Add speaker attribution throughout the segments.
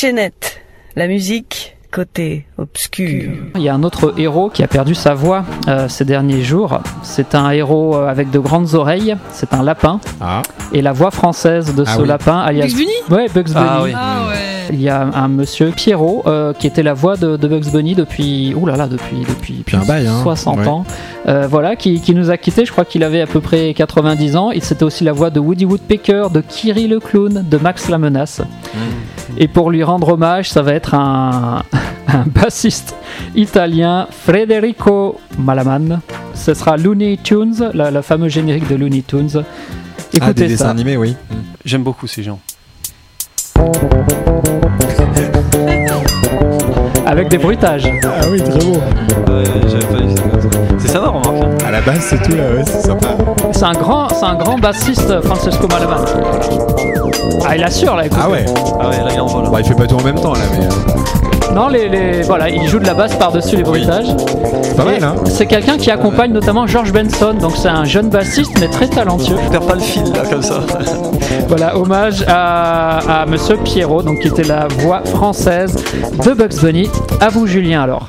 Speaker 1: Kitchenette, la musique côté obscur.
Speaker 2: Il y a un autre héros qui a perdu sa voix euh, ces derniers jours. C'est un héros euh, avec de grandes oreilles. C'est un lapin.
Speaker 3: Ah.
Speaker 2: Et la voix française de
Speaker 3: Ah
Speaker 2: ce
Speaker 3: oui.
Speaker 2: lapin, alias.
Speaker 4: Bugs Bunny
Speaker 2: Ouais, Bugs Bunny.
Speaker 5: Ah oui.
Speaker 4: Ah ouais.
Speaker 2: Il y a un monsieur Pierrot euh, qui était la voix de, de Bugs Bunny depuis ouh là là depuis depuis
Speaker 3: Depuis un bail, hein.
Speaker 2: 60
Speaker 3: Ouais.
Speaker 2: ans. Euh, voilà qui, qui nous a quitté. Je crois qu'il avait à peu près 90 ans. Il c'était aussi la voix de Woody Woodpecker, de Kiri le clown, de Max la menace.
Speaker 3: Mmh.
Speaker 2: Et pour lui rendre hommage, ça va être un, un bassiste italien, Federico Malaman. Ce sera Looney Tunes, la, la fameuse générique de Looney Tunes.
Speaker 3: Ah, des
Speaker 2: Écoutez
Speaker 3: dessins
Speaker 2: ça.
Speaker 3: animés, oui.
Speaker 5: J'aime beaucoup ces gens.
Speaker 2: avec des bruitages.
Speaker 3: Ah oui, très beau.
Speaker 5: Ouais, j'avais pas vu ça comme ça. C'est sympa, remarque. hein.
Speaker 3: À la base, c'est tout là, ouais, c'est sympa.
Speaker 2: C'est un grand, c'est un grand bassiste, Francesco Malaman. Ah, il assure là. écoute.
Speaker 3: Ah ouais.
Speaker 5: Ah ouais, là, il est en vol.
Speaker 3: Bon, Bah, il fait pas tout en même temps là, mais euh,
Speaker 2: Non, les, les- voilà, il joue de la basse par-dessus les bruitages.
Speaker 3: c'est pas mal, hein.
Speaker 2: Et C'est quelqu'un qui accompagne notamment George Benson, donc c'est un jeune bassiste mais très talentueux.
Speaker 5: Je perds pas le fil, là, comme ça.
Speaker 2: Voilà, hommage à, à Monsieur Pierrot, donc qui était la voix française de Bugs Bunny. À vous, Julien, alors.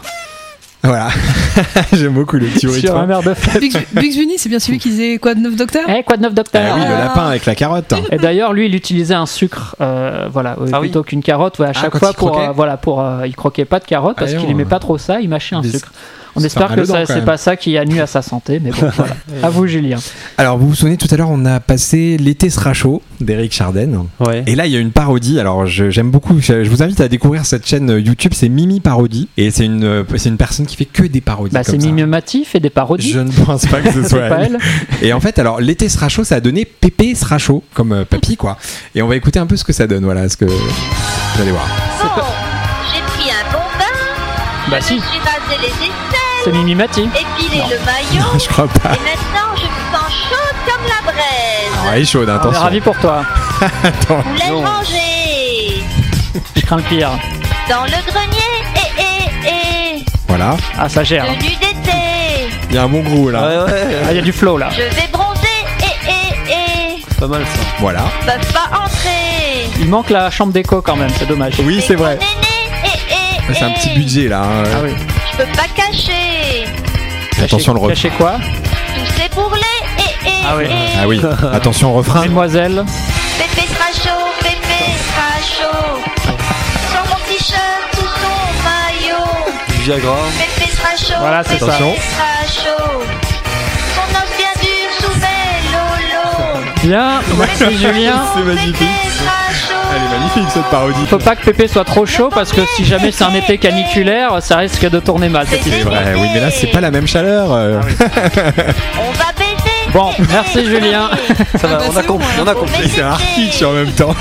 Speaker 3: Voilà. J'aime beaucoup le petit
Speaker 2: Sur un
Speaker 3: rythme.
Speaker 2: air de fête.
Speaker 4: Bugs, Bugs Bunny, c'est bien celui qui faisait quoi de 9 docteurs
Speaker 2: Eh, quoi de neuf, docteur
Speaker 3: Ah oui, le lapin avec la carotte. hein.
Speaker 2: Et d'ailleurs, lui, il utilisait un sucre, euh, voilà, euh,
Speaker 5: Ah oui.
Speaker 2: plutôt qu'une carotte. ouais, à
Speaker 3: Ah,
Speaker 2: chaque
Speaker 3: quand
Speaker 2: fois,
Speaker 3: il
Speaker 2: pour,
Speaker 3: croquait
Speaker 2: euh, voilà, pour, euh, il croquait pas de carotte parce
Speaker 3: Voyons,
Speaker 2: qu'il aimait
Speaker 3: euh,
Speaker 2: pas trop ça. Il mâchait un
Speaker 3: des-
Speaker 2: sucre. On
Speaker 3: c'est
Speaker 2: espère
Speaker 3: pas
Speaker 2: que
Speaker 3: mal dedans,
Speaker 2: ça,
Speaker 3: quand
Speaker 2: c'est
Speaker 3: même.
Speaker 2: pas ça qui a nu à sa santé, mais bon, voilà. À vous, Julien.
Speaker 3: Alors, vous vous souvenez, tout à l'heure, on a passé L'été sera chaud d'Eric Charden.
Speaker 5: Ouais.
Speaker 3: Et là, il y a une parodie. Alors, je- j'aime beaucoup. Je, je vous invite à découvrir cette chaîne euh, YouTube. C'est Mimi Parodie. Et c'est une, euh, c'est une personne qui fait que des parodies.
Speaker 2: Bah,
Speaker 3: comme
Speaker 2: c'est
Speaker 3: ça.
Speaker 2: mimiomatif et des parodies.
Speaker 3: Je ne pense pas que ce soit
Speaker 2: C'est pas elle.
Speaker 3: Et en fait, alors, l'été sera chaud, ça a donné Pépé sera chaud, comme euh, papy, quoi. Et on va écouter un peu ce que ça donne. Voilà, ce que. Vous allez voir.
Speaker 6: J'ai pris un bon bain,
Speaker 2: Bah
Speaker 6: je
Speaker 2: si,
Speaker 6: me suis rasé les aisselles,
Speaker 2: c'est mimimati.
Speaker 6: épilé le maillot,
Speaker 3: Non, je crois pas.
Speaker 6: et maintenant je me sens chaude comme la braise.
Speaker 3: Alors, elle est chaude, hein,
Speaker 2: On est
Speaker 3: attention.
Speaker 2: ravis pour toi.
Speaker 3: Ah,
Speaker 6: Vous l'avez rangé
Speaker 2: Je crains le pire.
Speaker 6: dans le grenier, et eh, eh,
Speaker 3: Voilà.
Speaker 2: Ah, ça gère. hein.
Speaker 6: tenue d'été.
Speaker 3: Il y a un bon gros, là.
Speaker 5: Ouais, ouais,
Speaker 2: Ah, il y a du flow là.
Speaker 6: Je vais bronzer, et eh, eh,
Speaker 5: pas mal ça.
Speaker 3: Voilà.
Speaker 6: peuvent pas entrer.
Speaker 2: Il manque la chambre d'écho quand même, c'est dommage.
Speaker 3: Oui, c'est vrai.
Speaker 6: Néné, eh, eh,
Speaker 3: C'est un
Speaker 6: eh,
Speaker 3: petit budget, là. hein.
Speaker 2: Ah oui.
Speaker 6: Je peux pas cacher
Speaker 3: Attention le refrain.
Speaker 2: Cachez quoi
Speaker 6: tous ces bourrelets, eh, eh,
Speaker 2: Ah oui.
Speaker 6: eh.
Speaker 3: Ah oui. Attention, refrain.
Speaker 2: Mademoiselle.
Speaker 6: Pépé sera chaud, Pépé sera chaud. Sur mon t-shirt ou son maillot.
Speaker 5: Du Viagra.
Speaker 6: Pépé sera chaud,
Speaker 2: Voilà, c'est
Speaker 6: Pépé
Speaker 2: ça.
Speaker 6: sera chaud. Son os bien dur sous mes lolos.
Speaker 2: Bien, merci Julien.
Speaker 3: Ah, C'est magnifique.
Speaker 6: Pépé sera chaud.
Speaker 3: Elle est magnifique, cette parodie.
Speaker 2: Faut pas que Pépé soit trop chaud parce que si jamais c'est un été caniculaire, ça risque de tourner mal. cette
Speaker 3: C'est
Speaker 2: histoire.
Speaker 3: vrai, oui, mais là, c'est pas la même chaleur.
Speaker 2: Ah
Speaker 3: euh.
Speaker 6: On va baiser.
Speaker 2: Bon, merci, Julien.
Speaker 5: Ça va,
Speaker 4: bah,
Speaker 5: on a
Speaker 4: c'est
Speaker 5: compris,
Speaker 4: bon,
Speaker 5: on a compris.
Speaker 3: C'est un article en même temps.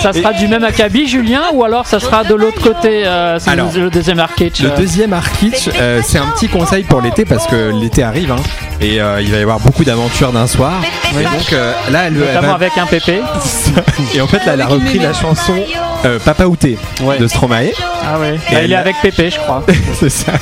Speaker 2: Ça sera du même acabit, Julien, ou alors ça sera de l'autre côté, euh, c'est
Speaker 3: Alors,
Speaker 2: le deuxième arcade. euh,
Speaker 3: Le deuxième Arkitch, euh, c'est un petit conseil pour l'été parce que l'été arrive hein, et euh, il va y avoir beaucoup d'aventures d'un soir. Et donc euh, là, elle, elle
Speaker 2: notamment
Speaker 3: va-
Speaker 2: avec un Pépé.
Speaker 3: et en fait là, elle a repris la chanson euh, Papa Outé
Speaker 5: Ouais.
Speaker 3: de Stromae.
Speaker 2: Ah oui.
Speaker 3: Et
Speaker 2: il est
Speaker 3: elle-
Speaker 2: avec Pépé, je crois.
Speaker 3: c'est ça.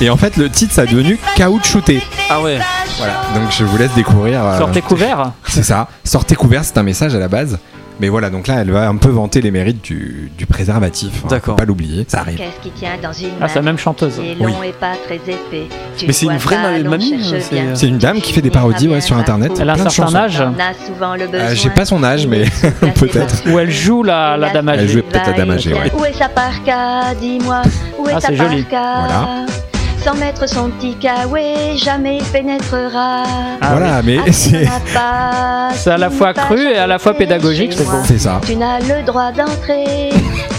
Speaker 3: Et en fait, le titre ça a devenu Caoutchouté.
Speaker 5: Ah ouais.
Speaker 3: Voilà. Donc je vous laisse découvrir. euh,
Speaker 2: Sortez couverts.
Speaker 3: C'est ça. Sortez couvert, c'est un message à la base. Mais voilà, donc là, elle va un peu vanter les mérites du, du préservatif. hein.
Speaker 5: D'accord.
Speaker 3: Faut Pas l'oublier, ça arrive.
Speaker 6: Qu'est-ce qui tient dans une
Speaker 2: Ah, c'est la même chanteuse.
Speaker 6: qui est
Speaker 3: Oui.
Speaker 6: long et pas très épais. Tu
Speaker 5: Mais c'est
Speaker 6: vois
Speaker 5: une vraie
Speaker 6: ça,
Speaker 5: ma-
Speaker 6: l'on
Speaker 5: mamie,
Speaker 6: cherche
Speaker 5: c'est-
Speaker 6: bien.
Speaker 3: hein, C'est une dame qui fait des parodies ouais, sur internet.
Speaker 2: Elle a un
Speaker 3: Plein de
Speaker 2: certain
Speaker 3: chansons.
Speaker 2: âge.
Speaker 6: On a souvent le besoin.
Speaker 3: Euh, J'ai pas son âge, mais peut-être.
Speaker 2: Où elle joue la, la dame
Speaker 3: Elle
Speaker 2: âgée.
Speaker 3: jouait peut-être la dame âgée, ouais.
Speaker 6: Où est sa parka Dis-moi, où est
Speaker 2: Ah,
Speaker 6: sa
Speaker 2: c'est joli.
Speaker 6: parka
Speaker 3: Voilà.
Speaker 6: Sans mettre son petit kawaii, jamais pénétrera.
Speaker 2: Ah
Speaker 3: voilà, mais c'est.
Speaker 2: C'est à la fois cru et à la fois pédagogique, c'est
Speaker 6: bon.
Speaker 3: C'est ça.
Speaker 6: Tu n'as le droit d'entrer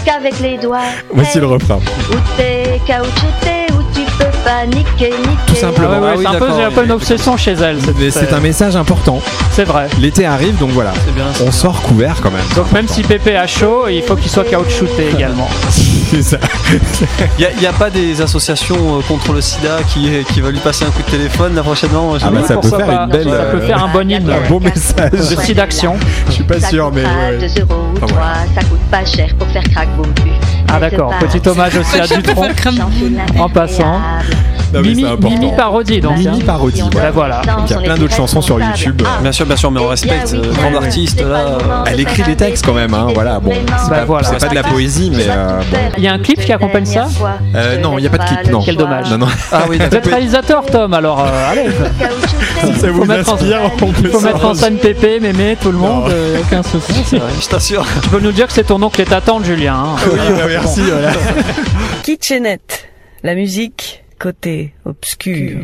Speaker 6: qu'avec les doigts.
Speaker 3: Voici le refrain.
Speaker 6: Où t'es caoutchouté, où tu peux pas niquer, niquer.
Speaker 3: Tout simplement.
Speaker 2: Ah ouais, ouais,
Speaker 5: Ah oui,
Speaker 2: c'est un peu,
Speaker 5: d'accord,
Speaker 2: j'ai un peu
Speaker 5: oui.
Speaker 2: une obsession chez elle. cette- euh,
Speaker 3: Mais c'est un message important.
Speaker 2: C'est vrai.
Speaker 3: L'été arrive, donc voilà.
Speaker 5: C'est bien.
Speaker 3: On sort couvert quand même.
Speaker 2: Donc même si Pépé a chaud, il faut qu'il soit caoutchouté également.
Speaker 3: C'est ça.
Speaker 5: Il n'y a, pas des associations euh, contre le sida qui, qui va lui passer un coup de téléphone là prochainement euh, je
Speaker 3: Ah
Speaker 5: sais
Speaker 3: bah,
Speaker 5: pas.
Speaker 3: ça peut
Speaker 2: pourquoi
Speaker 3: faire
Speaker 2: pas.
Speaker 3: une belle.
Speaker 2: Ça peut
Speaker 3: euh,
Speaker 2: faire un bon hymne.
Speaker 3: un beau message.
Speaker 2: Ceci d'action.
Speaker 3: Je suis pas
Speaker 6: Ça
Speaker 3: sûr, mais.
Speaker 6: coûtera
Speaker 3: ouais.
Speaker 6: 2 euros ou
Speaker 3: Ah,
Speaker 6: 3,
Speaker 3: voilà.
Speaker 6: ça coûte pas cher pour faire crack boum pu.
Speaker 2: Ah d'accord, petit hommage aussi à
Speaker 4: Je peux
Speaker 2: Dutronc.
Speaker 4: faire crème.
Speaker 2: En passant.
Speaker 3: Non, mais
Speaker 2: Mimi,
Speaker 3: c'est important.
Speaker 2: Mimi parodie, donc.
Speaker 3: Mimi
Speaker 2: hein.
Speaker 3: parodie.
Speaker 2: Bah voilà.
Speaker 3: Il y a plein d'autres chansons sur YouTube.
Speaker 6: Ah,
Speaker 5: Bien sûr, Ah. bien sûr, mais on respecte. euh, grand artiste, là. euh,
Speaker 3: Elle écrit des textes quand même, hein, voilà. Bon, c'est
Speaker 2: Bah
Speaker 3: pas,
Speaker 2: voilà.
Speaker 3: c'est pas de la poésie, mais euh, bon.
Speaker 2: Il y a un clip qui accompagne ça
Speaker 3: Euh, non, il n'y a pas de clip, non.
Speaker 2: Quel dommage.
Speaker 3: Non, non.
Speaker 5: Ah oui,
Speaker 2: Vous êtes réalisateur, Tom, alors euh, allez.
Speaker 3: Ça vous
Speaker 2: mettre en-
Speaker 3: inspire, on peut
Speaker 2: Faut mettre en
Speaker 3: s'arranger.
Speaker 2: scène Pépé, Mémé, tout le monde, euh, aucun souci.
Speaker 5: je t'assure.
Speaker 2: Tu peux nous dire que c'est ton oncle et ta tante, Julien. hein.
Speaker 3: Oui, bah, merci. voilà.
Speaker 1: Kitchenette, la musique côté obscur.